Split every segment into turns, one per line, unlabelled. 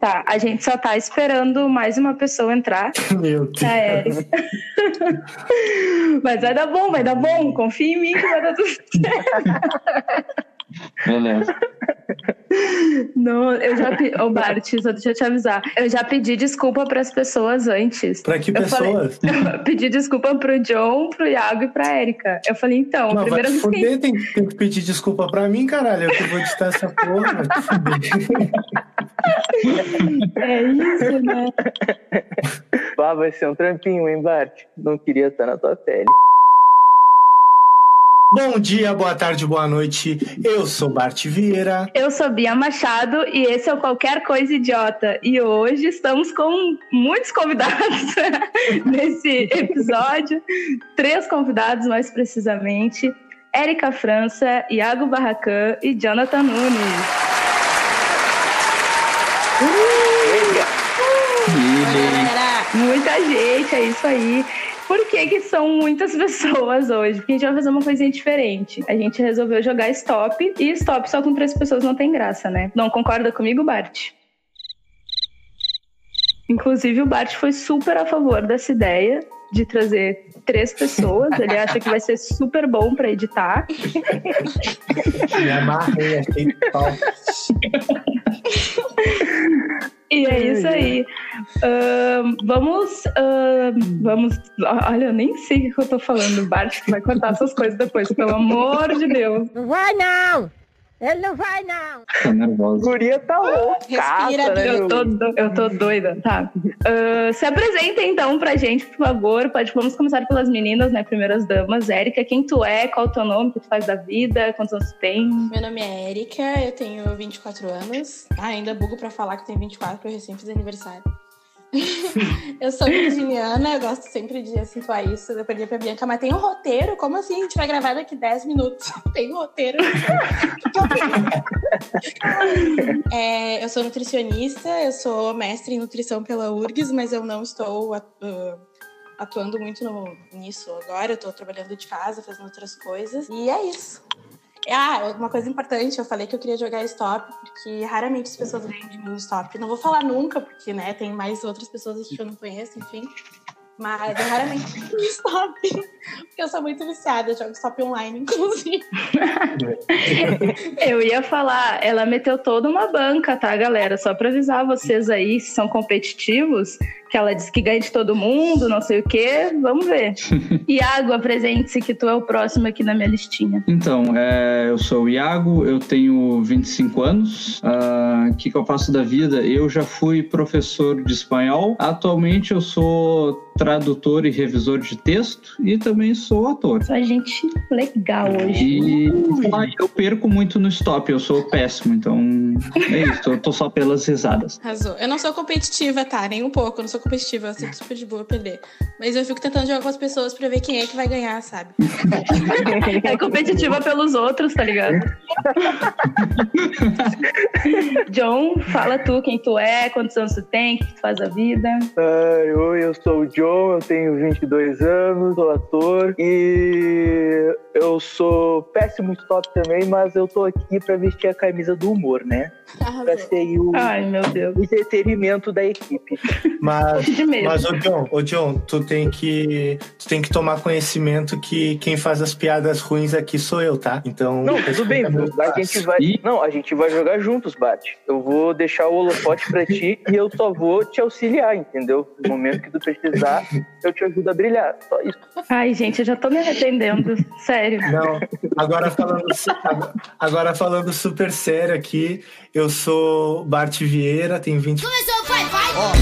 Tá, a gente só tá esperando mais uma pessoa entrar.
Meu Deus.
Já era. Mas vai dar bom, vai dar bom. Confia em mim que vai dar tudo
Beleza.
Não, eu já pedi. Ô, Bart, só deixa eu te avisar. Eu já pedi desculpa para as pessoas antes.
Pra que
Eu falei- é
pessoas?
Eu pedi desculpa pro John, pro Iago e pra Erika. Eu falei, então,
Mas vai
primeiro
te
eu fiquei.
fuder, tem, tem que pedir desculpa pra mim, caralho. Eu que vou editar essa porra, vai te fuder.
É isso, né?
Bah, vai ser um trampinho, hein, Bart? Não queria estar na tua pele.
Bom dia, boa tarde, boa noite. Eu sou Bart Vieira.
Eu sou Bia Machado e esse é o Qualquer Coisa Idiota. E hoje estamos com muitos convidados nesse episódio. Três convidados, mais precisamente. Érica França, Iago Barracan e Jonathan Nunes.
Ele...
Muita gente, é isso aí. Por que, que são muitas pessoas hoje? Porque a gente vai fazer uma coisinha diferente. A gente resolveu jogar stop e stop só com três pessoas não tem graça, né? Não concorda comigo, Bart? Inclusive, o Bart foi super a favor dessa ideia de trazer três pessoas. Ele acha que vai ser super bom pra editar.
Me amarrei, achei pau.
E é isso aí. Ahn, vamos, ahn, vamos. ah, Olha, eu nem sei o que eu tô falando. O Bart vai cortar essas coisas depois, pelo amor de Deus.
Não vai não! Ele não vai não!
Tá nervosa.
Guria tá loucaça,
Respira,
né,
Eu
meu?
tô, do- eu tô doida, tá? Ahn, se apresenta então pra gente, por favor. Pode, vamos começar pelas meninas, né? Primeiras damas. Érica, quem tu é? Qual o teu nome? O que tu faz da vida? Quantos anos tu tem?
Meu nome é Erika, eu tenho 24 anos. Ah, ainda bugo pra falar que tem 24, porque eu recém fiz aniversário. eu sou virginiana, eu gosto sempre de acentuar isso. Eu perdi pra Bianca, mas tem um roteiro? Como assim? A gente vai gravar daqui 10 minutos. Tem um roteiro. É, eu sou nutricionista, eu sou mestre em nutrição pela URGS, mas eu não estou atu- ah, atuando muito no- nisso agora. Eu tô trabalhando de casa, fazendo outras coisas. E é isso. Ah, uma coisa importante, eu falei que eu queria jogar stop, porque raramente as pessoas lembram de mim no stop. Não vou falar nunca, porque, né, tem mais outras pessoas aqui que eu não conheço, enfim. Mas eu raramente jogo stop, porque eu sou muito viciada, eu jogo stop online, inclusive.
Eu ia falar, ela meteu toda uma banca, tá, galera? Só pra avisar vocês aí, se são competitivos, que ela disse que ganha de todo mundo, não sei o quê. Vamos ver. Iago, apresente-se que tu é o próximo aqui na minha listinha.
Então, é, eu sou o Iago, eu tenho 25 anos. Ah, O que, que eu faço da vida? Eu já fui professor de espanhol. Atualmente eu sou tradutor e revisor de texto e também sou ator.
Só gente legal hoje.
E ah, eu perco muito no stop, eu sou péssimo, então é isso, eu tô só pelas risadas.
Arrasou. Eu não sou competitiva, tá? Nem um pouco, eu não sou competitiva, eu sempre super de boa perder. Mas eu fico tentando jogar com as pessoas pra ver quem é que vai ganhar, sabe?
É competitiva pelos outros, tá ligado? John, fala tu quem tu é, quantos anos tu tem, o que tu faz da vida.
Ai, oi, eu sou o John, eu tenho 22 anos, sou ator e eu sou péssimo stop também, mas eu tô aqui pra vestir a camisa do humor, né? Pra
Arrasou.
ser o
Ai, meu Deus.
entretenimento da equipe.
Mas,
De medo.
mas ô, John, ô John, tu tem que tu tem que tomar conhecimento que quem faz as piadas ruins aqui sou eu, tá? Então
Não, tudo bem,
meu
a gente vai.
Ih.
Não, a gente vai jogar juntos, Bart. Eu vou deixar o holofote pra ti e eu só vou te auxiliar, entendeu? No momento que tu precisar, eu te ajudo a brilhar. Só isso.
Ai, gente, eu já tô me arrependendo. Sério.
Não, agora falando, su- agora falando super sério aqui, eu sou Bart Vieira, tenho 20.
Ah,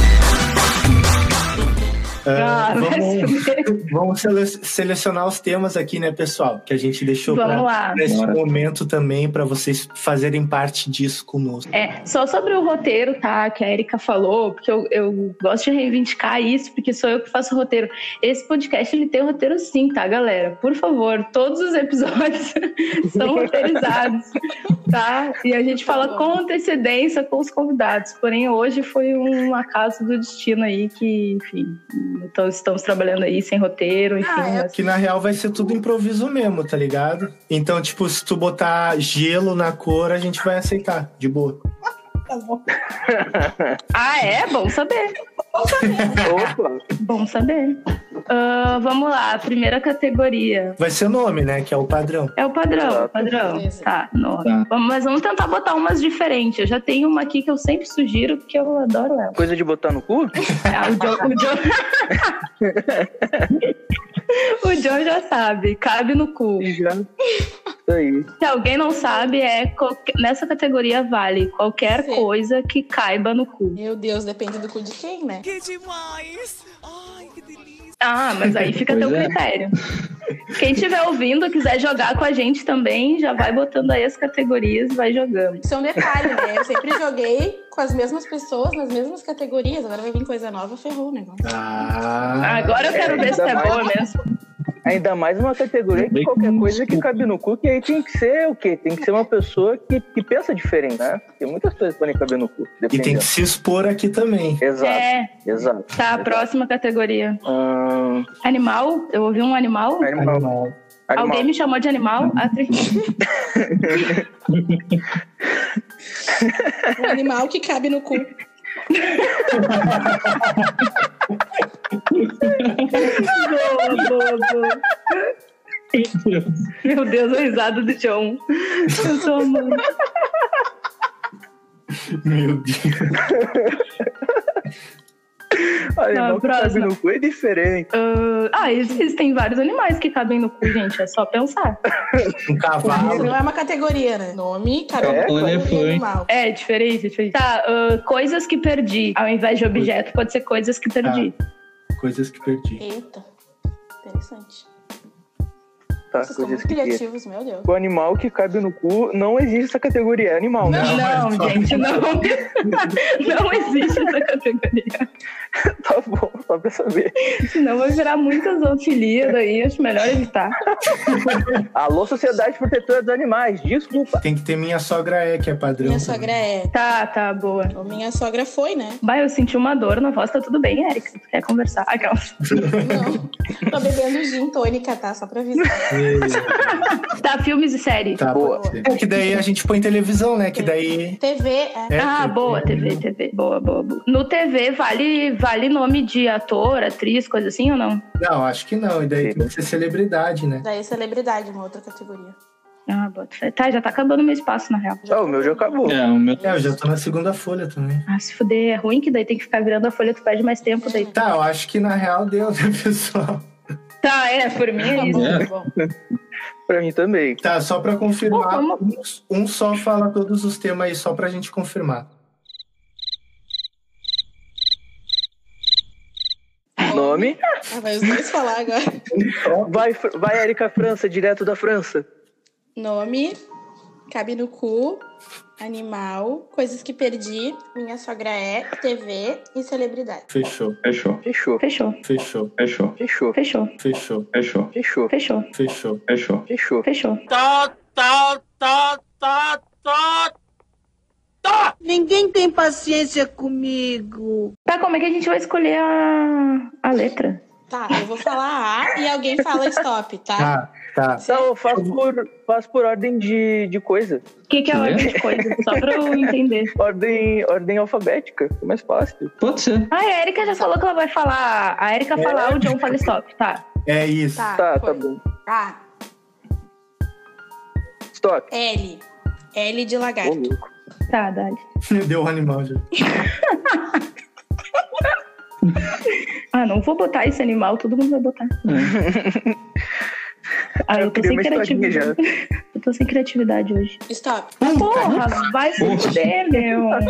Ah,
vai
vamos
se fuder.
vamos sele- selecionar os temas aqui, né, pessoal? Que a gente deixou
Vamos
para
lá.
esse
Bora.
momento também, para vocês fazerem parte disso conosco.
É, só sobre o roteiro, tá? Que a Erika falou, porque eu, eu gosto de reivindicar isso, porque sou eu que faço o roteiro. Esse podcast, ele tem roteiro sim, tá, galera? Por favor, todos os episódios são roteirizados, tá? E a gente fala com antecedência com os convidados. Porém, hoje foi um acaso do destino aí que, enfim, então estamos trabalhando aí sem roteiro, enfim.
Ah, é
mas-
Que na real vai ser tudo improviso mesmo, tá ligado? Então, tipo, se tu botar gelo na cor, a gente vai aceitar, de boa.
Tá bom.
Ah, é? Bom saber.
Opa!
Bom saber. Ah, vamos lá, a primeira categoria.
Vai ser o nome, né? Que é o padrão.
É o padrão,
Exato.
o padrão.
Beleza.
Tá, nome.
Tá.
Vamos- Mas vamos tentar botar umas diferentes. Eu já tenho uma aqui que eu sempre sugiro, porque eu adoro ela.
Coisa de botar no cu?
Ah, o, John, o, John... o John já sabe, cabe no cu.
Já. Isso aí.
Se alguém não sabe, é qualque- nessa categoria vale qualquer
Sim.
coisa que caiba no cu.
Meu Deus, depende do cu de quem, né?
Que demais! Ai, que delícia!
Ah, mas aí fica
Pois
teu
é.
critério. Quem estiver ouvindo, quiser jogar com a gente também, já vai botando aí as categorias, vai jogando.
Isso é um detalhe, né? Eu sempre joguei com as mesmas pessoas, nas mesmas categorias. Agora vai vir coisa nova, ferrou o negócio.
Ah,
Agora eu quero
é,
ver se é
ainda
boa mesmo.
Ainda mais uma categoria que
Bem
qualquer
com
coisa que
desculpa.
cabe no cu, que aí tem que ser o quê? Tem que ser uma pessoa que, que pensa diferente, né? Tem muitas coisas que podem caber no cu.
E tem
Dependendo.
que se expor aqui também.
Exato,
É,
exato.
tá, próxima categoria.
Ahn,
Animal? Eu ouvi um animal?
animal. animal.
Alguém me chamou de animal? Ah, tri-
Um animal que cabe no cu.
Boa, boa, boa. Meu Deus, a risada do John. Eu sou amando.
Meu Deus.
Animal
Ah,
que cabe
próxima.
no cu é diferente.
Ah, ah, existem vários animais que cabem no cu, gente. É só pensar.
Um
Mas
cavalo.
Não é uma categoria, né? Nome, cabe
É,
no cu
elefante.
e animal.
É, é diferente, é diferente. Tá, ah, coisas que perdi. Ao invés de objeto, pode ser coisas que perdi.
Coisas que perdi.
Eita, interessante.
Tá,
Vocês são
coisas
muito
que queria.
criativos, meu Deus.
O animal que cabe no cu não existe essa categoria, é animal. né?
Não,
Não,
mas só-
gente, não. Não existe essa categoria.
Tá bom, só pra saber.
Senão vai virar muita zoofilia daí. Acho melhor evitar.
Alô, Sociedade Protetora dos Animais, desculpa.
Tem que ter minha sogra é, que é padrão.
Minha sogra é.
Tá, tá, boa.
Ou minha sogra foi, né?
Vai, eu senti uma dor na voz, tá tudo bem, Eric. Tu quer conversar? Aquelas.
Não. Tô bebendo gin tônica, tá? Só pra avisar.
Tá, filmes e séries.
Tá,
Boa.
pode ser. É que daí a gente põe televisão, né? Que daí.
TV é.
É,
ah,
tem-
boa, TV, TV. Boa, boa, boa. No TV vale, vale nome de ator, atriz, coisa assim ou não?
Não, acho que não. E daí tem que ser celebridade, né?
Daí celebridade, uma outra categoria.
Ah, bota fé. Tá, já tá acabando meu espaço, na real.
Ah, o meu já acabou.
É, o meu
É, eu já tô na segunda folha também.
Ah, se fuder, é ruim que daí tem que ficar virando a folha, tu perde mais tempo daí.
Tá, eu acho que na real deu, né, pessoal?
Tá, é, por mim
Tá
é
bom,
Uhum.
isso.
tá bom.
Pra mim também.
Tá, só pra confirmar,
Pô,
um, um só fala todos os temas aí, só pra gente confirmar.
Nome?
Ah, vai os dois falar agora.
Vai, Fr- vai Erika França, direto da França.
Nome, cabe no cu, animal, coisas que perdi, minha sogra é, TV e celebridade.
Fechou,
fechou,
Fechou,
Fechou,
fechou,
fechou,
fechou,
fechou,
fechou,
fechou,
fechou,
fechou,
fechou.
fechou.
fechou.
fechou.
Ninguém tem paciência comigo.
Tá, como é que a gente vai escolher a, a letra?
Tá, eu vou falar A e alguém fala stop, tá?
Tá, tá.
Não, faz por, faz por ordem de, de coisa.
O que, que é a
Né?
ordem de coisa? Só pra eu entender.
Ordem, ordem alfabética, é mais fácil.
Pode ser.
Ah, a Erika já falou que ela vai falar. A Erika fala A, o John fala stop, tá.
É isso.
Tá,
Tá,
foi.
tá
Ah,
bom.
A,
Stop.
L. L de
Ô,
lagarto.
louco.
Tá, Dali.
Deu o animal já.
Ah, não vou botar esse animal, todo mundo vai botar.
é,
Ah, eu tô
queria
sem
uma historinha já.
criatividade. Eu tô sem criatividade hoje.
Stop.
Porra, vai se
Porra.
fuder, meu.
Ah,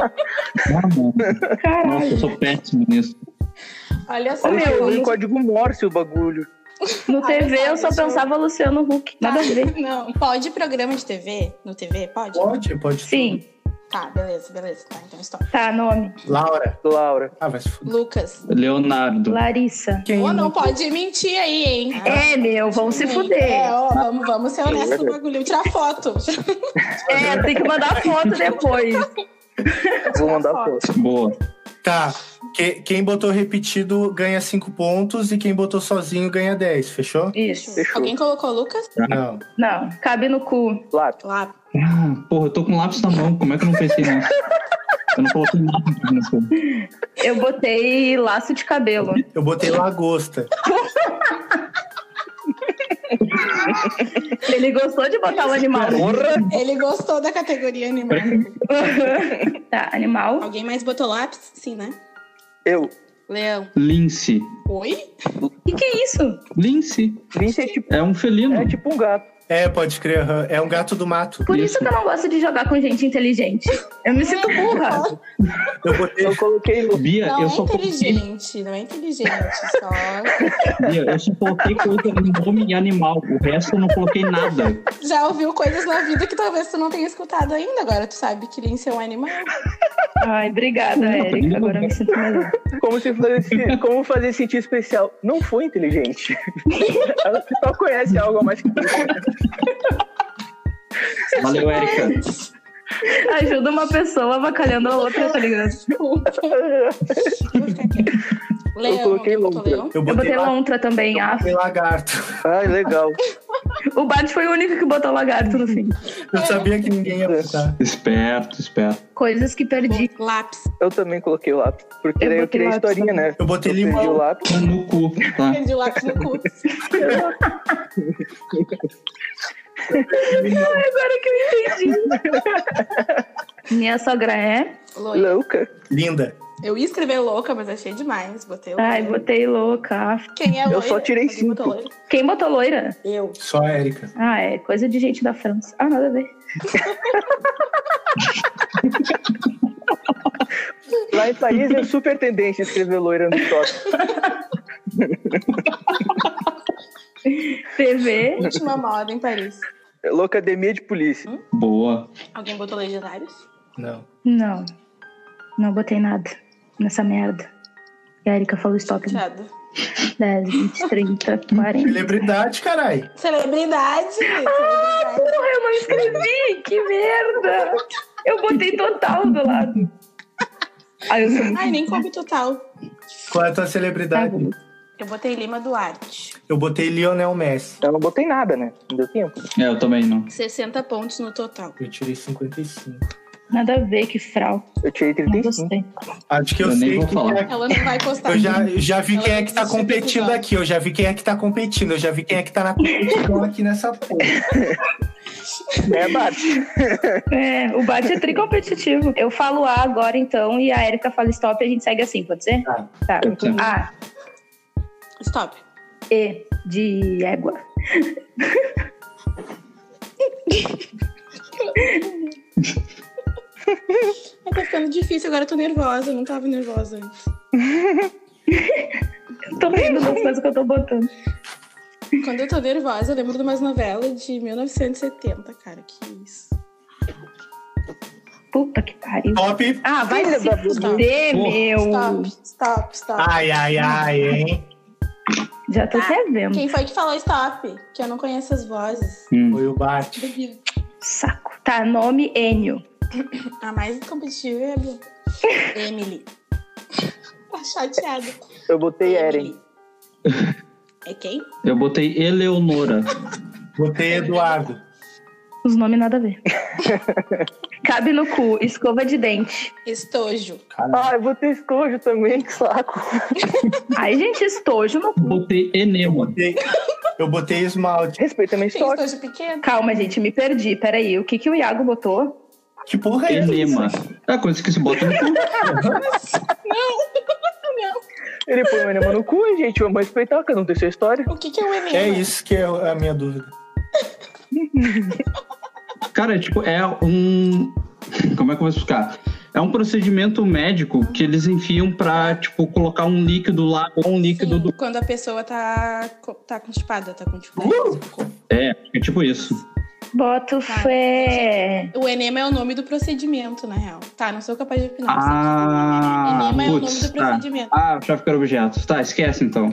mano. Nossa, eu
Caralho.
sou péssimo nisso.
Olha só.
Ô,
Olha, chegou
meu,
em
no-
código Morse o bagulho.
No TV eu só
Ai, sabe,
pensava Luciano Huck.
Tá,
Nada a ver.
Não, pode programa de TV? No TV? Pode?
Pode, pode.
Sim,
Tá, beleza, beleza. Tá, então stop.
tá, nome.
Laura.
Laura.
Ah, vai se fuder.
Lucas.
Leonardo.
Larissa.
Quem
Ou não pode mentir aí, hein?
É, meu, vão se
É,
fuder.
ó, vamos, vamos ser honestos
é
no bagulho. Tirar foto.
É, tem que mandar foto depois.
Vou mandar foto.
Boa.
Tá. Que- quem botou repetido ganha 5 pontos e quem botou sozinho ganha 10, fechou?
Isso.
Fechou.
Alguém colocou Lucas?
Não.
Não, cabe no cu.
Lápis.
Lá.
Ah, porra, eu tô com lápis na mão. Como é que eu não pensei nisso? Eu não coloquei nada nessa.
Eu botei laço de cabelo.
Eu botei lagosta.
Ele gostou de botar o animal.
Ele gostou da categoria animal.
tá, animal.
Alguém mais botou lápis? Sim, né?
Eu.
Leão.
Lince.
Oi?
O que, que é isso?
Lince.
Lince é tipo,
É um felino.
é tipo um gato.
É, pode crer. aham. É um gato do mato.
Por isso que eu não gosto de jogar com gente inteligente. Eu me sinto burra.
Eu botei,
Eu um coloquei no
Bia,
Não
eu
é
só coloquei,
inteligente, não é inteligente, só.
Bia, eu só coloquei coisa em nome e animal. O resto eu não coloquei nada.
Já ouviu coisas na vida que talvez tu não tenha escutado ainda. Agora tu sabe que lince é um animal.
Ai, obrigada, Érica. Agora eu me sinto melhor.
Como se fosse, como fazer sentir especial. Não foi inteligente. Ela só conhece algo a mais que
Valeu, Erika.
Ajuda uma pessoa avacalhando a outra, tá ligado?
Desculpa. Vou ficar quieta. Leão,
coloquei
alguém botou
lontra.
leão?
eu
Eu
botei,
botei
la-
lontra também. Ah,
botei lagarto.
Ai, legal.
o Bart foi o único que botou lagarto no fim.
Eu sabia que ninguém ia botar.
Esperto, esperto.
Coisas que perdi.
Bom, Lápis.
Eu também coloquei o lápis. Porque
Eu
daí eu
botei
criei a
lápis
historinha, né?
Eu botei
Eu perdi o
limão.
lápis.
No cu, tá?
Perdi o lápis no cu.
Agora que eu entendi. Minha sogra é.
Loira.
Louca.
Linda.
Eu ia escrever louca, mas achei demais. Botei loira.
Ai, botei louca.
Quem é
Eu
loira?
só tirei
Alguém botou
cinco.
loira?
Quem botou loira?
Eu.
Só a Érica.
Ah, é coisa de gente da França. Ah, nada a ver.
Lá em Paris é super tendência escrever loira no top.
TV.
Última moda em Paris.
Locademia É de polícia.
Hum?
Boa.
Alguém botou legendários?
Não.
Não. Não botei nada nessa merda. E a Erika falou stop. né?
Tirado.
10, 20, 30, 40.
Celebridade, carai.
Celebridade! celebridade.
Porra, eu não escrevi! Que merda! Eu botei total do lado. Ai, eu sou muito
Ai, nem tá. coube total.
Qual é a tua celebridade?
cagada.
Eu botei Lima Duarte.
Eu botei Lionel Messi.
Eu não botei nada, né? Não deu tempo.
É, eu também não.
60 pontos no total.
Eu tirei 55.
Nada a ver, que frau.
Eu tirei
Não
35.
gostei.
Acho que eu,
Eu nem
sei
vou
quem
falar.
é.
Ela não vai postar.
Eu já, eu já vi
Tá Ela
quem é
vai
que tá
desistir do
competindo
episódio.
aqui. Eu já vi quem é que tá competindo. Eu já vi quem é que tá na competição aqui nessa porra.
É, Bart.
É, o bate é tricompetitivo. Eu falo A agora, então, e a Erika fala stop e a gente segue assim, pode ser?
Tá.
Tá.
Pode ser.
A,
Stop. É
E, de égua.
Ai, tá ficando difícil, agora eu tô nervosa. Eu não tava nervosa antes.
Tô rindo das coisas que eu tô botando.
Quando eu tô nervosa, eu lembro de umas novelas de 1970, cara. Que isso.
Puta que pariu.
Top.
Ah, vai se fuder,
Porra.
meu.
Hum.
Stop, stop, stop.
Ai, ai, ai, hein?
Já tô até vendo.
Quem foi Tá. que falou stop? Que eu não conheço as vozes.
Hum.
Foi o Bart.
Duvido.
Saco. Tá, nome Enio.
A mais competitiva é a Bianca. Emily. Tá chateada.
Eu botei Eren.
Emily. É quem?
Eu botei Eleonora.
Botei Eduardo.
Os nomes nada a ver. Cabe no cu, escova de dente.
Estojo.
Ah, eu botei escojo também, que saco.
Ai, gente, estojo no cu.
Botei Enema.
Botei- Eu botei esmalte.
Respeita minha
Tem
história.
estojo pequeno?
Calma, gente, me perdi. Peraí, o que, que o Iago botou?
Que porra é essa?
Enema. É a coisa que se bota no cu.
Ele põe o animal no cu, gente. Vamos respeitar, cada um tem sua história.
O que, que é o enema?
É isso que é a minha dúvida.
Cara, é tipo, é um. Como é que eu vou explicar? É um procedimento médico que eles enfiam pra, tipo, colocar um líquido lá ou um líquido
Sim,
do.
Quando a pessoa tá, co- tá constipada, tá com dificuldade.
Uh!
É, é tipo isso.
Boto
Tá.
fé.
O enema é o nome do procedimento, na real. Tá, não sou capaz de opinar.
Ah,
enema é o nome
putz,
do
tá.
procedimento.
Ah, traficar objetos. Tá, esquece então.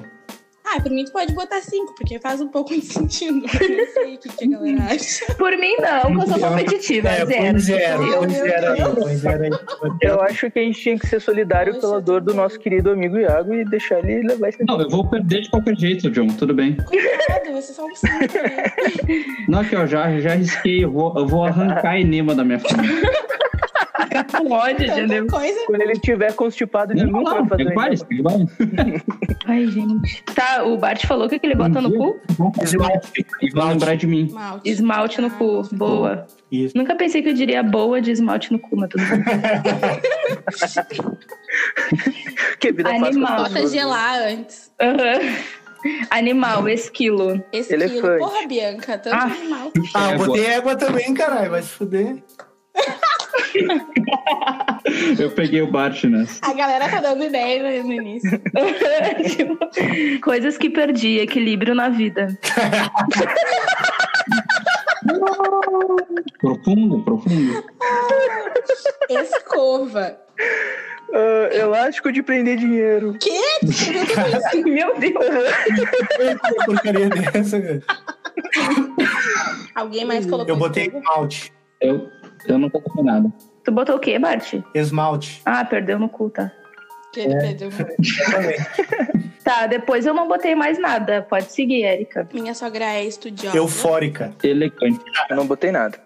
Ah, pra mim tu pode botar cinco, porque faz um pouco de sentido. Eu não sei o que, que a galera acha.
Por mim, não, que eu sou competitiva.
É,
zero.
põe zero,
Eu-
põe zero aí, põe zero aí.
Eu acho que a gente tinha que ser solidário
Poxa,
é
pela dor do nosso querido amigo Iago e deixar ele levar esse
Não, eu vou perder de qualquer jeito, John. Tudo bem.
Coitado, você só um cinco. Né?
Não, aqui, ó, já, já risquei. Eu vou, eu vou arrancar a enema da minha família.
ficar com ódio, entendeu?
Tanta coisa.
Quando ele tiver constipado, ele
Não,
nunca
não,
vai fazer
tem vários,
isso.
tem vários.
Ai, gente. Tá, o Bart falou que, é que ele bota no cu?
Esmalte.
E vão lembrar de mim.
Malte.
Esmalte no cu. Boa.
Isso.
Nunca pensei que eu diria boa de esmalte no cu, mas tudo bem.
Que vida fácil.
Animal.
com
Bota
pessoas, né?
gelar antes.
Aham. Animal, esquilo.
Esse
Elefante.
quilo. Porra, Bianca, tanto
Ah.
animal.
Ah, eu
Égua.
botei égua também, caralho. Vai se fuder.
Eu peguei o Bart né? nessa.
A galera tá dando ideia no início.
Tipo, Coisas que perdi, equilíbrio na vida.
Profundo, profundo.
Escova.
Ah, elástico de prender dinheiro.
Meu Deus.
Que porcaria dessa, cara?
Alguém mais colocou.
Eu botei
escova?
esmalte.
Eu, eu não coloquei nada.
Tu botou o quê, Bart?
Esmalte.
Ah, perdeu no cu, tá.
Que
É.
ele perdeu.
Tá, depois eu não botei mais nada. Pode seguir, Érica.
Minha sogra é estudiosa.
Eufórica.
Elegante.
Eu não botei nada.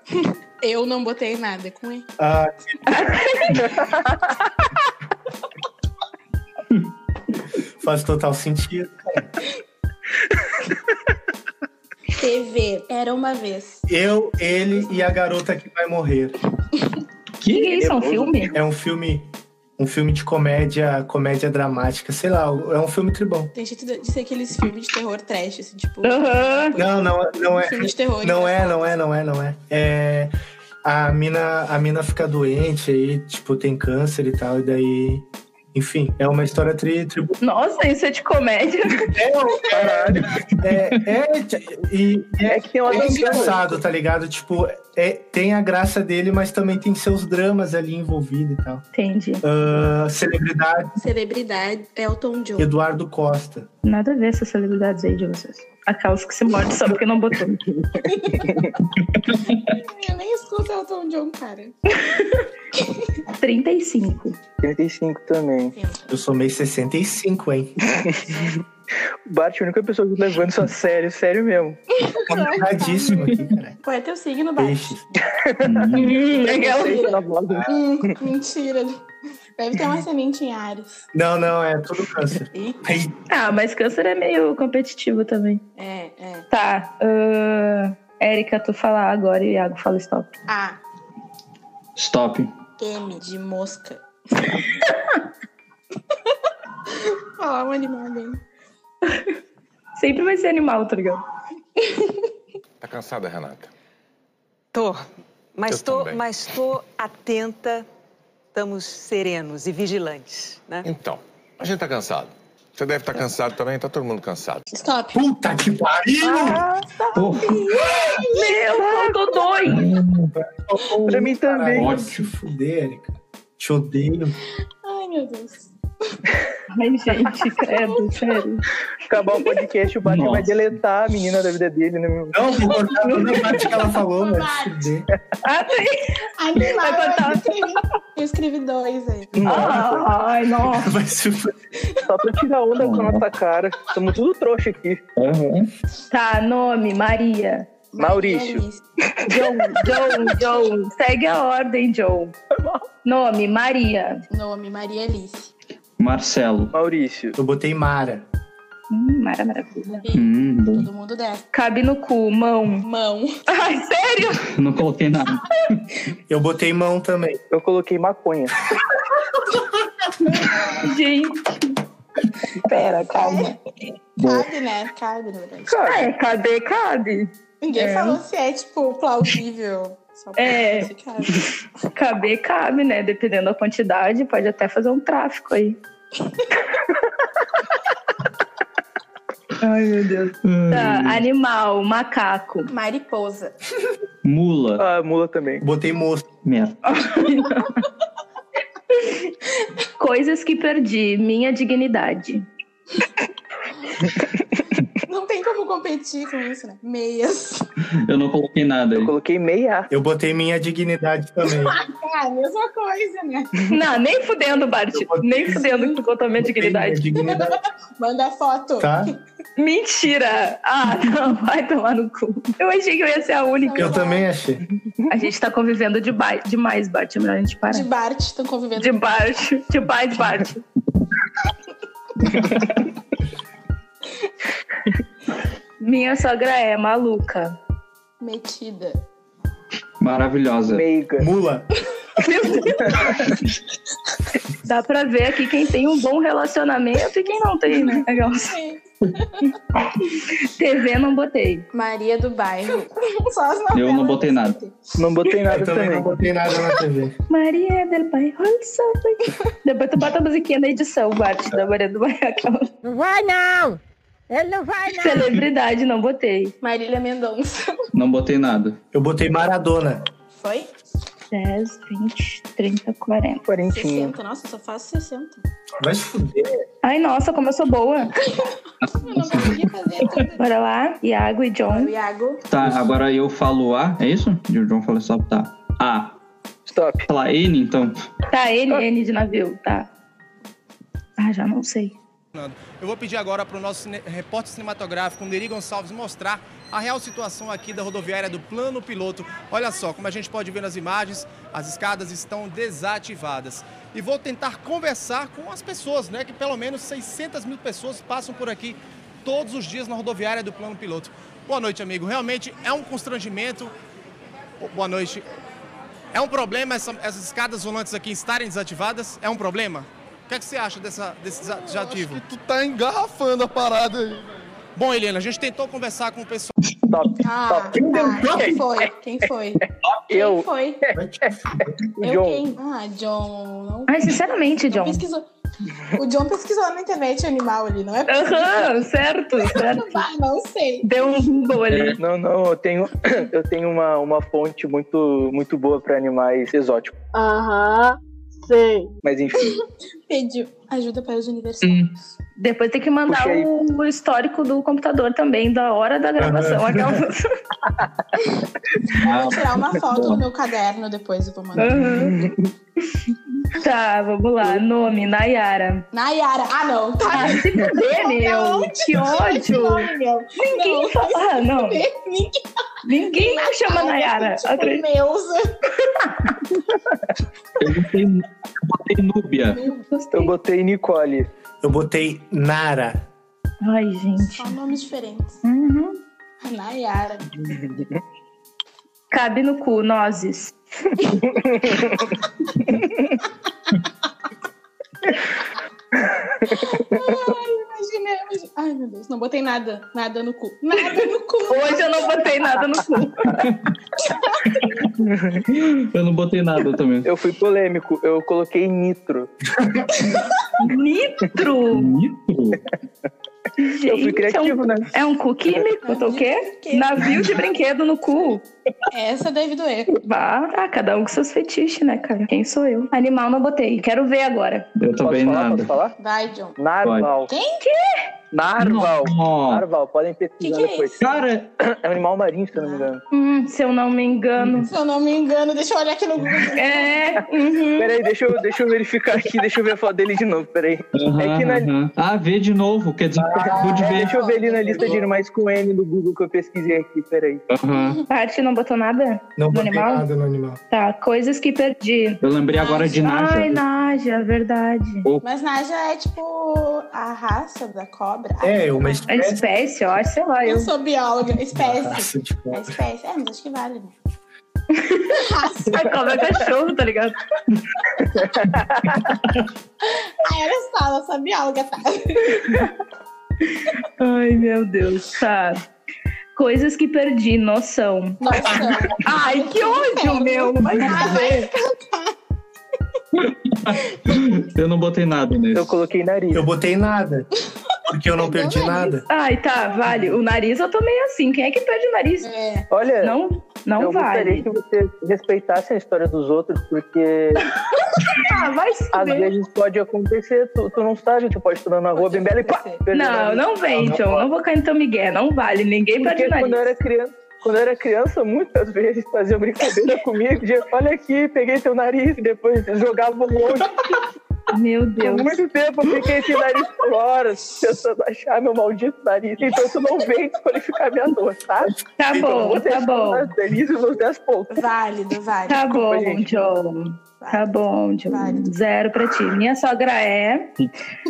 Eu não botei nada com ele.
Ah, faz total sentido.
TV. Era uma vez.
Eu, ele e a garota que vai morrer.
O que
Que?
é isso? É um
Depois-
filme?
É um filme, um filme de comédia, comédia dramática, sei lá, é um filme tribão.
Tem jeito de ser aqueles filmes de terror trash, assim, tipo.
Aham.
Não, não, não é.
Filme de terror. né?
Não é,
engraçado.
não é, não é, não é. É a mina, a mina fica doente aí, tipo, tem câncer e tal e daí, enfim, é uma história tri, tri
Nossa, isso é de comédia.
Caralho.
é, é, t- e é,
É que tem uma
é
dança.
engraçado, tá ligado? Tipo, é, tem a graça dele, mas também tem seus dramas ali envolvidos e tal.
Entendi.
Ah, celebridade
Celebridade. Elton John.
Eduardo Costa.
Nada a ver essas celebridades aí de vocês. Aquelas que se mordem só porque não botou.
Eu nem escuto Elton John, cara.
35.
35 também.
Eu sou meio 65, hein?
O Bart é a única pessoa que tá levando isso a sério, sério mesmo.
Complicadíssimo aqui, cara.
Qual é teu signo, Bart?
Peixes.
Hum,
Hum,
É um
legal.
Sei que tá ela volta.
Hum, mentira. Deve ter uma semente em Ares.
Não, não, é tudo câncer.
Ih,
Ah, mas câncer é meio competitivo também.
É, é.
Tá. ahn, Érica, tu fala A agora e o Iago fala stop.
A.
Stop.
M de mosca. Falar um animal bem.
Sempre vai ser animal, tá ligado?
Tá cansada, Renata?
Tô,
Eu
mas tô,
também.
mas tô atenta, estamos serenos e vigilantes, né?
Então, a gente tá cansado. Você deve estar cansado também, tá todo mundo cansado.
Stop.
Puta que pariu!
Pô,
Meu, faltou dois.
Pra mim também.
Caralho, se fuder, Erika. Te odeio.
Ai, meu Deus.
Ai, gente, credo, sério.
Acabar o podcast, o Bart
Nossa.
vai deletar a menina da vida dele, né, meu?
Não, vou cortar toda a parte que ela falou, mas se fuder.
Ah, tem.
Animal,
Vai botar-
eu, escrevi, eu escrevi dois aí.
Ah. Ai, nossa.
Vai se fuder.
Só pra tirar onda com a nossa cara. Somos tudo trouxa aqui.
aham.
Tá, nome, Maria.
Maurício.
John, John, John. Segue a ordem, John. Nome, Maria.
Nome, Maria Alice.
Marcelo.
Maurício.
Eu botei Mara.
Hum, Mara maravilha.
Hum, bom.
Todo mundo desce.
Cabe no cu, mão.
Mão.
Ai, sério?
Não coloquei nada.
Eu botei mão também.
Eu coloquei maconha.
Gente. Pera,
É.
calma.
Boa.
Cabe, né? Cabe, na verdade.
Cara,
É, cabe, cabe.
Ninguém
É.
falou se é, tipo, plausível. Só pra
É.
se cabe.
Cabe, cabe, né? Dependendo da quantidade, pode até fazer um tráfico aí. Ai, meu Deus. Tá, animal, macaco.
Mariposa.
Mula.
a Ah, mula também.
Eu botei moço.
Merda.
Coisas que perdi, minha dignidade.
Não tem como competir com isso, né? Meias.
Eu não coloquei nada aí.
Eu coloquei meia.
Eu botei minha dignidade também.
Ah, mesma coisa, né?
Não, nem fudendo, Bart. Nem fudendo que tu botou minha
Minha
dignidade.
dignidade,
Manda foto.
tá?
Mentira! Ah, não, vai tomar no cu. Eu achei que eu ia ser a única.
Eu também achei.
A gente tá convivendo de ba- demais, Bart. É melhor a gente
De
parar.
Bart, estão convivendo.
De baixo, de baixo, Bart. Minha sogra é maluca.
Metida.
Maravilhosa.
Meiga.
Mula.
Dá pra ver aqui quem tem um bom relacionamento e quem não tem, né? Legal.
Sim.
TV não botei.
Maria do bairro. Só as novelas
Eu não botei
do
nada.
SBT.
Não botei nada
Eu também não
também.
botei nada na TV.
Maria del Bairro. Depois tu bota a musiquinha na edição, Bart, da Maria do Bairro. aquela
Não vai não! Ele não vai não!
Celebridade não botei.
Marília Mendonça.
Não botei nada.
Eu botei Maradona.
Foi?
10, 20, 30, 40.
Quarentinha.
60. Nossa, eu só faço 60.
Vai se fuder.
Ai, nossa, como eu sou boa.
Eu não consegui fazer tudo.
Bora lá, Iago e
O
John.
Iago.
Tá, agora eu falo A, é isso? E o John fala só tá. A.
Stop.
Fala N então.
Tá, N, N de navio, tá. Ah, já não sei.
Eu vou pedir agora para o nosso cine- repórter cinematográfico, Neri Gonçalves, mostrar a real situação aqui da rodoviária do plano piloto. Olha só, como a gente pode ver nas imagens, as escadas estão desativadas. E vou tentar conversar com as pessoas, né? Que pelo menos 600 mil pessoas passam por aqui todos os dias na rodoviária do plano piloto. Boa noite, amigo. Realmente é um constrangimento. Boa noite. É um problema essa- essas escadas volantes aqui estarem desativadas? É um problema? O que, é que você acha dessa, desse desa- desativo?
tu tá engarrafando a parada aí.
Bom, Helena, a gente tentou conversar com o pessoal.
Stop.
Ah,
Stop. Quem deu
ah,
toque?
quem foi? Quem foi? Quem
Eu.
foi? Eu
John.
quem? Ah, John. Não,
Ai, sinceramente,
não
John.
pesquisou. O John pesquisou na internet animal ali, não é?
Aham, certo, certo.
Não vai, não sei.
Deu um Google ali.
Não, não, eu tenho, eu tenho uma, uma fonte muito, muito boa pra animais exóticos.
Aham, sei.
Mas enfim,
Pediu ajuda para os universitários.
Depois tem que mandar
Puxa aí.
o, o histórico do computador também, da hora da gravação. Aquelas-
Ah,
Vou tirar uma foto do meu caderno depois eu vou mandar.
Aham. Tá, vamos lá. Nome, Nayara.
Nayara. Ah, não. Tá.
Ah, se fuder,
Não,
meu. Que
Esse
ódio.
nome, meu.
Ninguém
Não,
fala, ah, não.
Ninguém
Ninguém me chama Nayara.
Tipo,
Acre-
Neuza.
eu, botei, eu botei Núbia.
eu
Gostei.
botei Nicole.
Eu botei Nara.
Ai, gente.
Só nomes diferentes.
Uhum.
Nayara.
Cabe no cu, nozes.
Imaginei, imaginei. Ai, meu Deus, não botei nada. Nada no cu. Nada no cu.
Hoje eu não botei nada no cu.
Eu não botei nada também.
Eu fui polêmico, eu coloquei Nitro.
Nitro.
Nitro?
Eu fui
Gente, é um
criativo, né?
É um cu químico? Botou o quê? Navio de brinquedo no cu.
Essa deve doer.
Vá, ah, cada um com seus fetiches, né, cara? Quem sou eu? Animal não botei. Quero ver agora.
Eu também
posso falar?
nada.
Posso falar?
Vai, John.
Narval.
Quem?
Narval.
Ó,
Narval, podem pesquisar
Que que é
depois.
isso?
cara,
É um animal marinho, se eu não me engano.
Hum, se eu não me engano.
Se eu não me engano, deixa eu olhar aqui no Google.
É.
Hum.
uhum.
Peraí, deixa eu, deixa eu verificar aqui, deixa eu ver a foto dele de novo, peraí.
aham,
É que na-
aham. Ah, vê de novo, quer dizer, acabou de
É,
Ah, ver.
deixa eu ver ali na lista de animais com N do Google que eu pesquisei aqui, peraí.
Aham.
Bart não botou nada?
Não
Do
botei
animal?
nada no animal.
Tá, coisas que perdi.
Eu lembrei agora de
Ai,
Naja.
Naja, verdade.
Mas Naja é tipo a raça da cobra. Ah,
É, uma
A
espécie.
espécie, ó, sei lá, eu.
Eu sou bióloga. Espécie.
Nossa, tipo,
A espécie. É, mas acho que vale, né?
A cobra é cachorro, tá ligado?
Ah, era só, ela só bióloga, tá?
Ai, meu Deus, tá. Coisas que perdi, noção.
Nossa.
Ai, que ódio, meu. Vai saber.
Eu não botei nada nesse.
Eu coloquei nariz.
Eu botei nada. Porque eu não é perdi nada.
Ai, tá, vale. O nariz eu tô meio assim. Quem é que perde o nariz?
É,
Olha,
Não, não
eu Então, gostaria
vale.
que você respeitasse a história dos outros, porque
Ah, vai se
Às
fuder.
vezes pode acontecer, tu, tu não sabe, tu pode estudar na rua bem bela e pá! perdeu a
Não,
vida.
não vem, então. Não vou cair no teu Miguel, não vale. Ninguém perde
Porque
nariz.
quando eu era criança, quando eu era criança, muitas vezes faziam brincadeira comigo, de olha aqui, peguei teu nariz, e depois jogavam longe.
Meu Deus.
Por muito tempo eu fiquei sem nariz por horas, tentando achar meu maldito nariz. Então tu não vem desqualificar minha dor, tá?
Tá
Então,
bom,
eu vou
tá
deixar
bom.
As delícias nos 10 pontos.
Válido, válido.
Tá
Desculpa,
bom,
gente.
John. Tá bom, John. Zero pra ti. Minha sogra é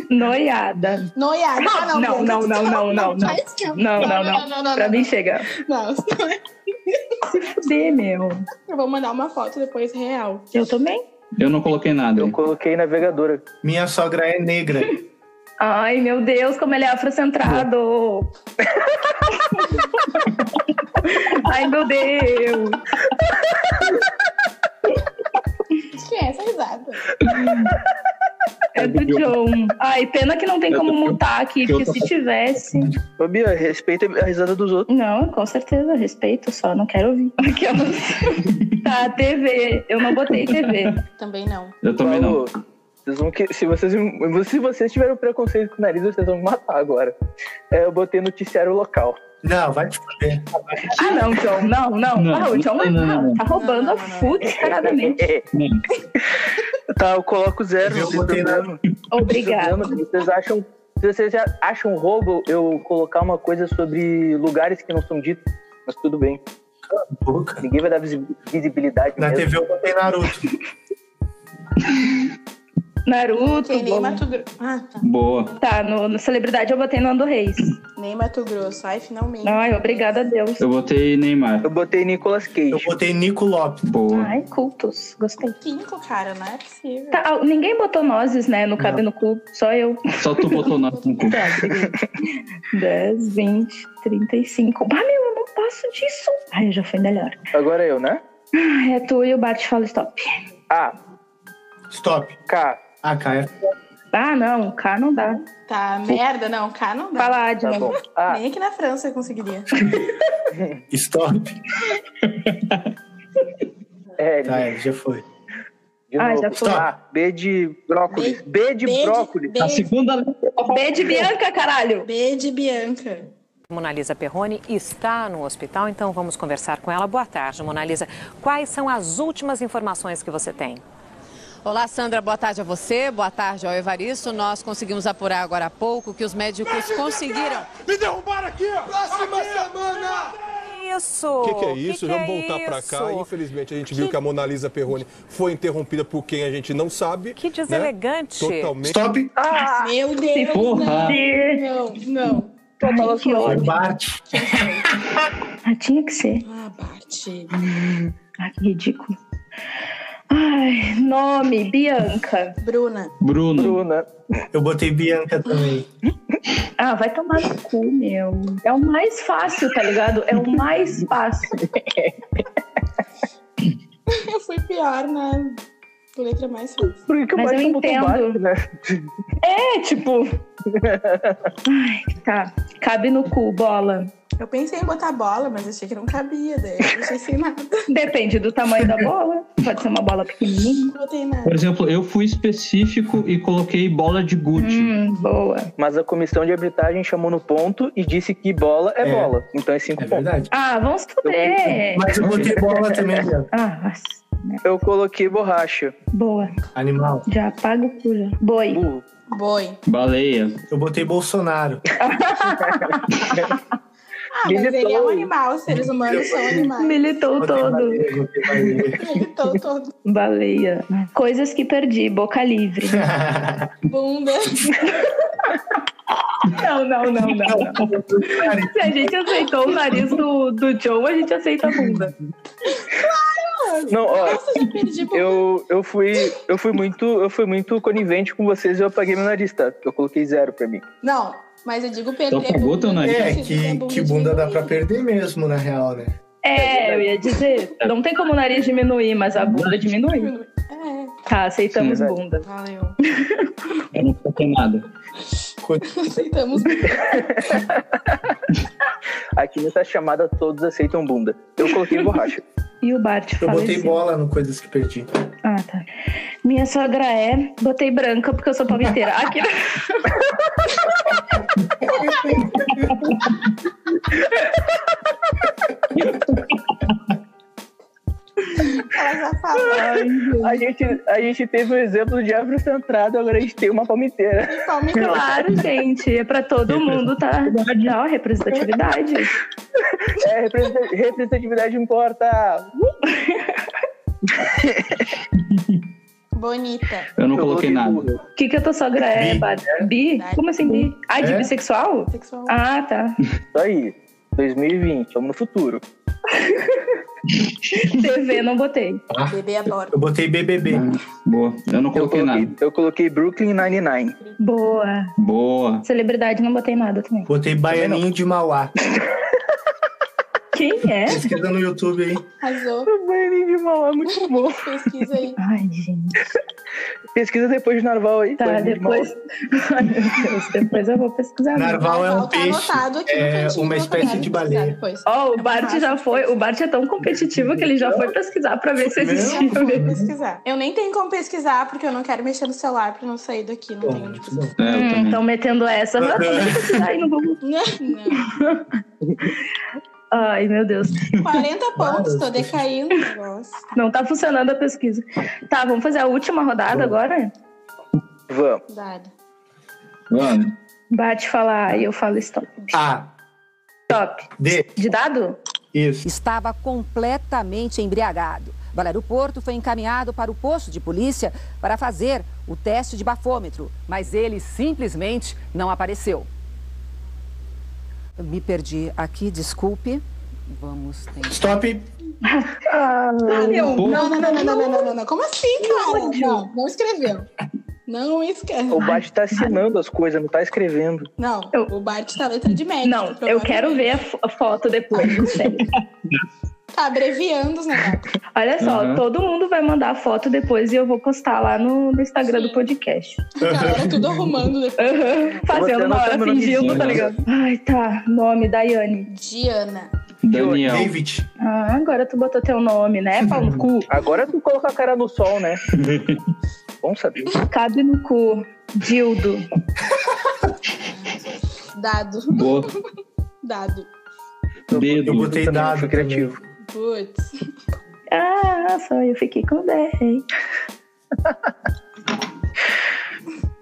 noiada.
Noiada. Ah,
Não,
não,
não, não,
não,
não, não, não. Não,
faz
não,
isso. Não, não, não,
não.
não,
Pra
não,
mim
não.
chega.
Não,
Se fuder, meu.
eu vou mandar uma foto depois real.
Eu também.
Eu não coloquei nada. Eu
coloquei navegadora.
Minha sogra é negra.
Ai, meu Deus, como ele é afrocentrado. Ai, meu Deus.
Que é essa risada?
É do John. Ai, pena que não tem como mutar aqui,
que É eu
porque
tô
se tivesse.
Ô, Bia, respeita a risada dos outros.
Não, com certeza, respeito, só não quero ouvir. Aquelas. tá, TV. Eu não botei TV.
Também não.
Eu também
não. Vocês vão que, se, vocês, se vocês tiveram preconceito com o nariz, vocês vão me matar agora. É, eu botei noticiário local.
Não, vai te fuder.
Ah, não, John, não, não.
Não,
ah, o John
não, não, não.
tá roubando a FU descaradamente.
É. Tá, eu coloco zero. Eu botei problema.
Obrigada.
Não tem problema, Vocês acham, se vocês já acham um roubo eu colocar uma coisa sobre lugares que não são ditos, mas tudo bem. Ninguém vai dar visi- visibilidade.
Na
mesmo.
TV eu botei Naruto.
Naruto.
Ok, nem
bom.
Mato Grosso. Ah, tá.
Boa.
Tá, no, no Celebridade eu botei Nando Reis.
Nem Mato Grosso. Ai,
Hum.
finalmente.
Ai, obrigada a Deus.
Eu botei Neymar.
Eu botei Nicolas Cage.
Eu botei Nico Lopes.
Boa.
Ai, cultos. Gostei.
Cinco, cara, não é possível.
Tá, ah, ninguém botou nozes, né? No cabe no cu, só eu.
Só tu botou nada no cu.
10, 20, 35. Ah, meu, eu não passo disso. Ai, já foi melhor.
Agora eu, né?
Ai, é tu e o Bart fala stop.
A.
Stop.
K.
A, K é.
Ah, não, K não dá.
Tá, merda, não. Cá não dá.
Fala, Adna.
Tá bom. Ah.
Nem aqui na França eu conseguiria.
Tá
Stop.
É,
tá, é, já foi.
De
Ah,
novo.
já foi.
Tá, B de brócolis. B de
B de-
brócolis.
B
tá
A de-
segunda
B de Bianca, caralho.
B de Bianca.
Monalisa Perrone está no hospital, então vamos conversar com ela. Boa tarde, Monalisa. Quais são as últimas informações que você tem?
Olá, Sandra. Boa tarde a você. Boa tarde ao Evaristo. Nós conseguimos apurar agora há pouco que os médicos conseguiram.
Me derrubaram aqui, ó! Próxima semana!
Isso!
O que, que é isso? Vamos voltar pra cá. Infelizmente, a gente viu que a Mona Lisa Perrone foi interrompida por quem a gente não sabe. Que
deselegante.
É.
Né? Totalmente.
Stop.
Ah, Meu Deus.
Tá.
Porra.
Não, não, Tá não. Toma lá sua
Foi
ordem.
Bart.
Ah, tinha que ser.
Ah, Bart.
Ah, que ridículo. Ai, nome, Bianca.
Bruna.
Bruno.
Bruna.
Eu botei Bianca também.
Ah, vai tomar no cu, meu. É o mais fácil, tá ligado? É o mais fácil.
Eu fui pior na letra mais fácil.
Por que o
Mas
Batman
eu
botou
entendo.
Batman, né?
É, tipo. Ai, tá. Cabe no cu, bola.
Eu pensei em botar bola, mas achei que não cabia. Daí eu deixei sem nada.
Depende do tamanho da bola. Pode ser uma bola pequenininha.
Não botei nada.
Por exemplo, eu fui específico e coloquei bola de Gucci.
Hum. boa.
Mas a comissão de arbitragem chamou no ponto e disse que bola é, bola. Então é cinco pontos.
Ah, vamos fuder.
Mas eu botei bola também, Bianca.
Ah, nossa.
Eu coloquei borracha.
Boa.
Animal.
Já apaga o cu, já. Boi.
Boi.
Baleia.
Eu botei Bolsonaro.
Ah, mas ele é um animal. Os seres humanos são animais.
Militou todo.
Militou é todo.
Baleia. Coisas que perdi. Boca livre.
Bunda.
Não, não, não, não. Se a gente aceitou o nariz do, do John, a gente aceita a bunda.
Não, ó.
perdi
Eu, eu, fui, eu, fui muito, eu fui muito conivente com vocês e eu apaguei meu nariz, tá? Eu coloquei zero pra mim.
Não, mas eu digo perder.
Então pagou teu nariz.
É,
Esse
que,
bunda
que bunda dá pra perder mesmo, na real, né?
É, eu ia dizer. Não tem como o nariz diminuir, mas a bunda diminui.
É,
Tá, aceitamos
Sim,
bunda.
valeu.
Eu não coloquei nada.
Aceitamos
Aqui nessa chamada todos aceitam bunda. Eu coloquei borracha.
e o Bart
Eu
faleceu.
botei bola no Coisas que Perdi.
Ah, tá. Minha sogra é. Botei branca porque eu sou palmiteira. Aqui. tá
Ela já falou.
a, gente, a gente teve o exemplo de árvore centrado, agora a gente tem uma palmiteira.
Claro, gente. É pra todo mundo, tá? Dá uma representatividade.
É, representa- representatividade importa.
Bonita.
Eu não coloquei nada.
O que, que a tua sogra é, Bart?
né?
Bi? Como assim bi? Ai, de
É.
bissexual? Ah, tá.
Isso aí. 2020, vamos no futuro.
TV, não botei.
Ah.
Bebê adora.
Eu botei BBB.
Ah.
Boa. Eu não coloquei, nada.
Eu coloquei Brooklyn Nine-Nine.
Boa.
Boa.
Celebridade, não botei nada também.
Botei Baianinho de Mauá.
Quem é?
Pesquisa no YouTube aí.
Arrasou.
O banheiro de Mauá, muito bom.
Pesquisa aí.
Ai, gente.
Pesquisa depois de Narval aí.
Tá,
banheiro de
depois.
Mauá.
Ai, meu Deus, depois eu vou pesquisar.
Narval é um
Tá
peixe.
anotado aqui no
É
cantinho,
uma
tá
espécie
ligado?
de
Tá,
baleia.
depois.
Ó, o Bart já foi. O Bart é tão competitivo que ele já foi pesquisar pra ver se existia
Eu vou
mesmo.
pesquisar. Eu nem tenho como pesquisar, porque eu não quero mexer no celular pra não sair daqui. Não tenho onde
tipo
pesquisar.
É,
Hum, estão metendo essa. Ah, deixa eu pesquisar aí no Google. Ai, meu Deus.
40 pontos, tô decaindo o negócio.
Não tá funcionando a pesquisa. Tá, vamos fazer a última rodada agora?
Vamos.
Cuidado.
Vamos.
Bate falar e eu falo stop.
A.
Stop.
D.
De dado?
Isso.
Estava completamente embriagado. Do aeroporto foi encaminhado para o posto de polícia para fazer o teste de bafômetro, mas ele simplesmente não apareceu. Eu Me perdi aqui, desculpe. Vamos tentar.
Stop.
Ah, meu,
Pô.
não, não, não, não, não, não, não, não, não. Como assim, cara? Não, não escreveu. Não escreveu.
O Bart tá assinando as coisas, não tá escrevendo.
Não, o Bart tá letra de médico.
Não, eu quero ver a, fo- a foto depois, sério.
Tá abreviando os negócios.
Olha só,
Aham.
todo mundo vai mandar a foto depois e eu vou postar lá no, no Instagram do podcast.
Galera, é tudo arrumando depois.
Aham, Fazendo uma hora fingindo, tá ligado? Ai, tá. Nome, Daiane.
Diana.
Daniel.
David.
Ah, agora tu botou teu nome, né, pau no cu?
Agora tu coloca a cara no sol, né? Bom saber.
Cabe no cu. Dildo.
Dado.
Boa.
Dado.
Eu botei dado. criativo.
Putz.
Ah, só eu fiquei com 10.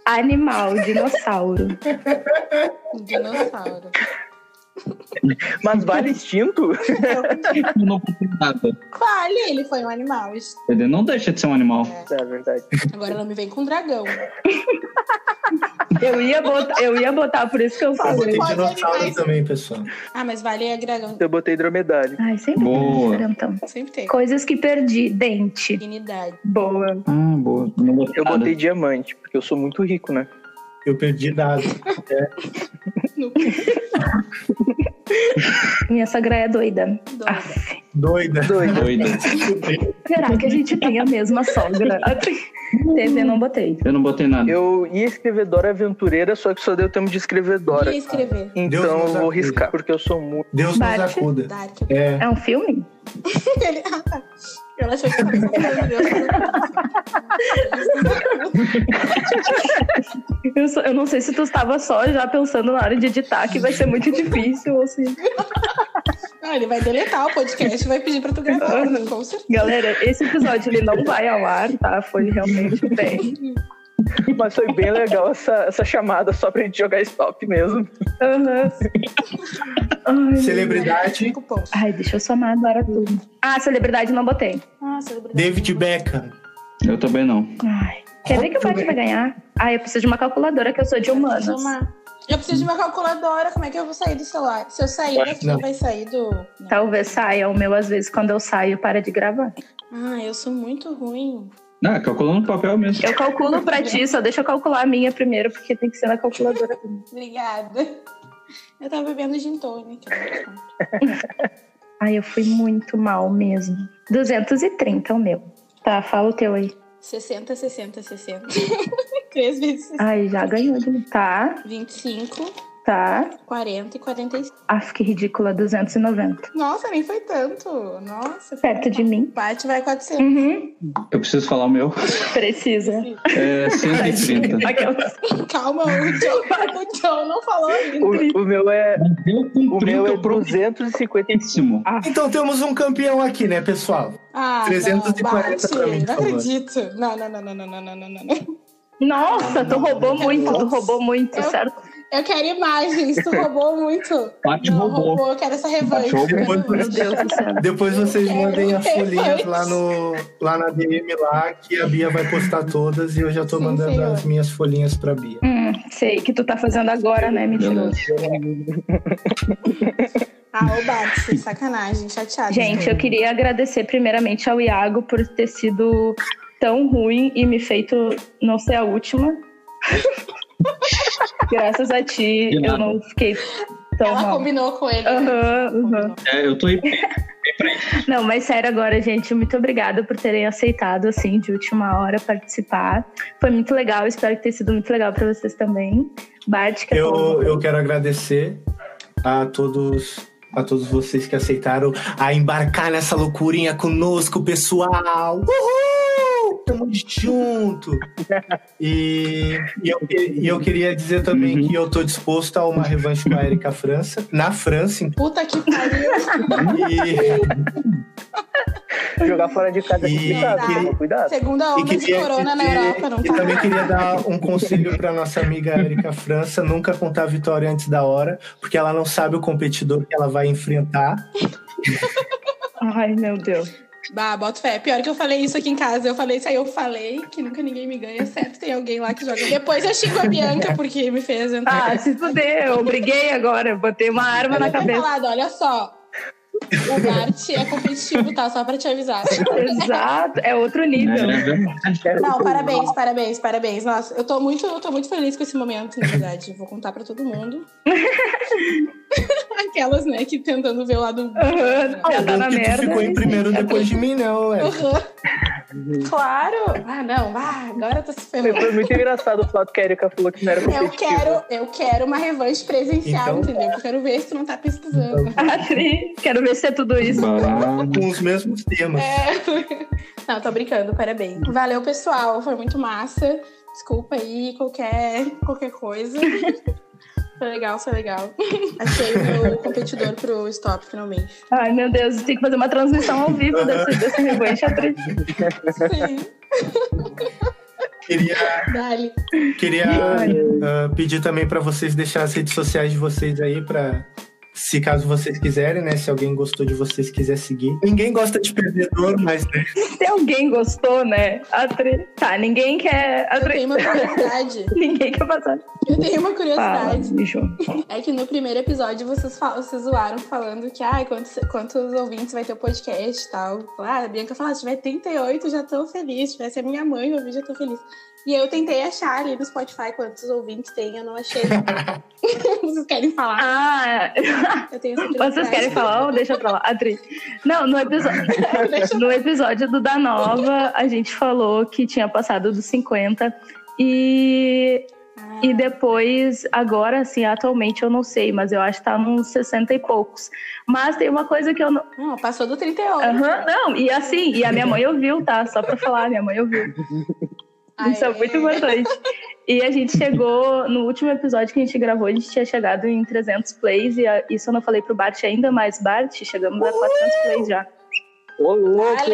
Animal, dinossauro.
Dinossauro.
Mas vale extinto?
Eu não botei nada.
Vale, ele foi um animal.
Ele não deixa de ser um animal.
É verdade.
Agora não me vem com um dragão.
Eu ia botar, eu ia botar por isso que eu
Eu
falei.
botei dinossauro também, pessoal.
Ah, mas vale é dragão.
Eu botei dromedário.
Ai, sempre
Boa.
tem então.
Sempre tem.
Coisas que perdi. Dente.
Dignidade.
Boa.
Ah, boa. Não botei
Eu
nada.
botei diamante, porque eu sou muito rico, né?
Eu perdi dado.
Minha sogra é doida.
Doida.
Doida.
Doida.
Será que a gente tem a mesma sogra? TV não botei.
Eu não botei nada.
Eu ia escrever Dora Aventureira, só que só deu tempo de escrever Dora.
Ia escrever.
Então
Deus nos
eu vou
acuda.
riscar, porque eu sou muito.
Deus nos
Bate.
acuda.
Dark.
É.
É um filme?
Ele... Ah, tá. Ela achou que tava falando, meu
Eu, só- eu não sei se tu estava só já pensando na hora de editar, que vai ser muito difícil. Ou se...
Não, ele vai deletar o podcast e vai pedir pra tu gravar, né? com certeza.
Galera, esse episódio ele não vai ao ar, tá? Foi realmente bem.
Mas foi bem legal essa, essa chamada só pra gente jogar stop mesmo.
Aham. Ai,
Celebridade.
Cinco pontos.
Ai, deixa eu somar agora tudo. Ah, celebridade não botei.
Ah, celebridade.
David Beckham.
Eu também não.
Ai, quer ver que o Bart vai ganhar? Ai, eu preciso de uma calculadora que eu sou de humanas.
Uma- Eu preciso de uma calculadora, como é que eu vou sair do celular? Se eu sair
Acho
daqui,
que não.
vai sair do.
Talvez saia o meu, às vezes, quando eu saio, para de gravar.
Ah, eu sou muito ruim.
Ah, calculando no papel mesmo.
Eu calculo pra ti, só deixa eu calcular a minha primeiro, porque tem que ser na calculadora.
Obrigada. Eu tava bebendo gin tônica.
Ai, eu fui muito mal mesmo. 230 é o meu. Tá, fala o teu aí.
60, 60, 60. 3 vezes 60.
Ai, já ganhou. de mim. Tá.
25.
Tá.
40 e 45.
Ah, que ridícula, 290.
Nossa, nem foi tanto. Nossa.
Perto de mim.
Bate vai 400.
Eu preciso falar o meu.
Precisa.
É 130.
Uhum.
Calma, o John, o John não falou ainda.
O, o meu é.
O
meu
um.
é 255.
Então temos um campeão aqui, né, pessoal?
Ah,
340
não,
pra mim,
bate,
por
Não
favor.
acredito. Não, não, não, não, não, não, não, não, não, não.
Nossa, tu roubou muito, tu roubou muito,
Eu-
certo?
Eu quero imagens, tu roubou muito.
Bate
não,
roubou.
roubou. Eu quero essa revanche.
Depois, depois vocês mandem as folhinhas
Revanche.
lá, no, lá na DM lá, que a Bia vai postar todas e eu já tô mandando
senhor.
as minhas folhinhas pra Bia.
Hum, sei que tu tá fazendo agora, né, mentiroso?
Ah, ô Bate, sacanagem, chateado.
Gente, eu queria agradecer primeiramente ao Iago por ter sido tão ruim e me feito não ser a última. Graças a ti,
De
eu
nada.
não fiquei tão
Ela
mal.
combinou com ele.
Aham, aham.
É, eu tô em
Não, mas sério agora, gente, muito obrigada por terem aceitado, assim, de última hora participar. Foi muito legal, espero que tenha sido muito legal pra vocês também. Bart, que é
Eu, eu quero agradecer a todos a todos vocês que aceitaram a embarcar nessa loucurinha conosco, pessoal. Uhul! Tamo junto! E, e eu, e eu queria dizer também que eu tô disposto a uma revanche com a Erika França, na França, então.
Puta que pariu.
Jogar fora de casa
aqui, cuidado, cuidado.
Segunda onda de corona na Europa, não
e
tá?
também queria dar um conselho para nossa amiga Erika França, nunca contar a vitória antes da hora, porque ela não sabe o competidor que ela vai enfrentar.
Ai, meu Deus.
Bah, boto fé. Pior que eu falei isso aqui em casa. Eu falei isso aí, eu falei que nunca ninguém me ganha, exceto tem alguém lá que joga. Depois eu xingo a Bianca porque me fez entrar.
Ah, se fuder, eu briguei agora, botei uma arma na
Eu tinha
cabeça.
falado, olha só. O Bart é competitivo, tá? Só pra te avisar.
Exato, é outro nível.
né?
Não, parabéns, parabéns, parabéns. Nossa, eu tô muito, eu tô muito feliz com esse momento, na verdade. Vou contar pra todo mundo. Aquelas, né, que tentando ver o lado.
Ah,
tá
tá
bom que tu ficou
né?
em primeiro depois de mim, não, é.
Uhum. Claro! Ah, não, ah, agora tá se ferrando.
Foi muito engraçado o fato que a Erika falou que não era
Eu
competitivo.
quero, eu quero uma revanche presencial,
Então-
entendeu? Eu quero ver se tu não tá
Então.
pesquisando.
Atriz, quero ver se é tudo isso.
Com os mesmos temas.
É. Não, tô brincando, parabéns. Valeu, pessoal, foi muito massa. Desculpa aí qualquer, qualquer coisa. Foi legal, foi legal. Achei o meu competidor pro stop, finalmente.
Ai, meu Deus, tem que fazer uma transmissão ao vivo desse, desse revanche atriz.
Queria,
Dali.
queria ah, pedir também para vocês deixar as redes sociais de vocês aí para se caso vocês quiserem, né? Se alguém gostou de vocês quiser seguir. Ninguém gosta de perdedor, mas né?
Se alguém gostou, né? Atriz. Tá, ninguém quer. Atriz.
tenho uma curiosidade.
ninguém quer passar.
Eu tenho uma
Fala,
curiosidade.
bicho.
É que no primeiro episódio vocês, fal- vocês zoaram falando que ai, quantos, quantos ouvintes vai ter o podcast e tal. Ah, a Bianca falou, ah, se tiver 38 já tô feliz, se tivesse a minha mãe ouvir já tô feliz. E eu tentei achar ali no Spotify quantos ouvintes tem, eu não achei. vocês querem falar?
Ah,
eu tenho essa
Vocês
curiosidade.
querem falar ou deixa pra lá? Atriz. Não, no episódio, no episódio do Da Nova, a gente falou que tinha passado dos 50 e. E depois, agora assim, atualmente eu não sei, mas eu acho que tá nos 60 e poucos. Mas tem uma coisa que eu não.
Não, passou do 38.
Aham, não, e assim, e a minha mãe ouviu, tá? Só pra falar, minha mãe ouviu. Isso é muito importante. E a gente chegou, no último episódio que a gente gravou, a gente tinha chegado em 300 plays, e a- isso eu não falei pro Bart ainda, mas Bart, chegamos a 400 plays já.
Ô, louco!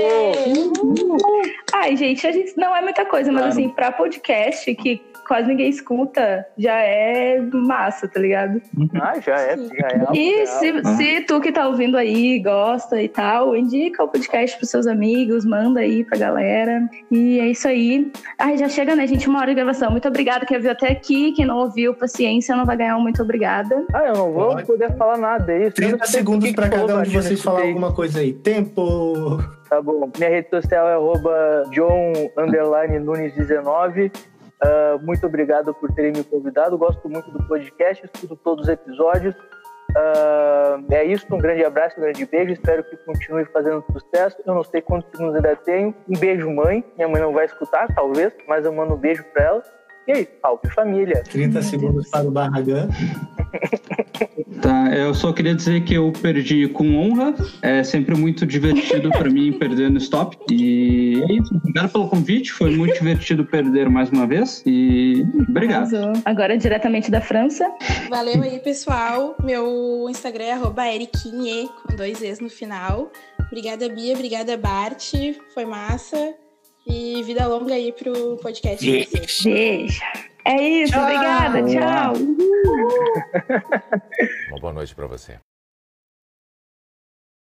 Ai, gente, a gente não é muita coisa, mas
Claro.
assim, pra podcast, que quase ninguém escuta, já é massa, tá ligado?
Ah, já é, já é. algo, já é
E
algo.
se, se tu que tá ouvindo aí gosta e tal, indica o podcast pros seus amigos, manda aí pra galera. E é isso aí. Ai, já chega, né, gente? Uma hora de gravação. Muito obrigada quem viu até aqui. Quem não ouviu, paciência, não vai ganhar um muito obrigada.
Ah, eu não vou poder falar nada, é isso.
30 segundos para cada um de vocês falar
alguma
alguma coisa aí. Tempo!
Tá bom. Minha rede social é arroba John underline Nunes 19. Ah, muito obrigado por terem me convidado. Gosto muito do podcast, escuto todos os episódios. Ah, é isso, um grande abraço, um grande beijo. Espero que continue fazendo sucesso. Eu não sei quantos segundos ainda tenho. Um beijo, mãe. Minha mãe não vai escutar, talvez, mas eu mando um beijo pra ela. E aí, salve família.
30 segundos para o Barragan.
Tá, eu só queria dizer que eu perdi com honra. É sempre muito divertido pra mim perder no stop. E é isso. Obrigado pelo convite. Foi muito divertido perder mais uma vez. E obrigado.
Arrasou. Agora diretamente da França.
Valeu aí, pessoal. Meu Instagram é arroba eriquinhe, com dois E's no final. Obrigada, Bia. Obrigada, Bart. Foi massa. E vida longa aí pro podcast. de vocês.
Beijo. É isso,
Tchau.
obrigada, tchau. Uhul.
Uma boa noite pra você.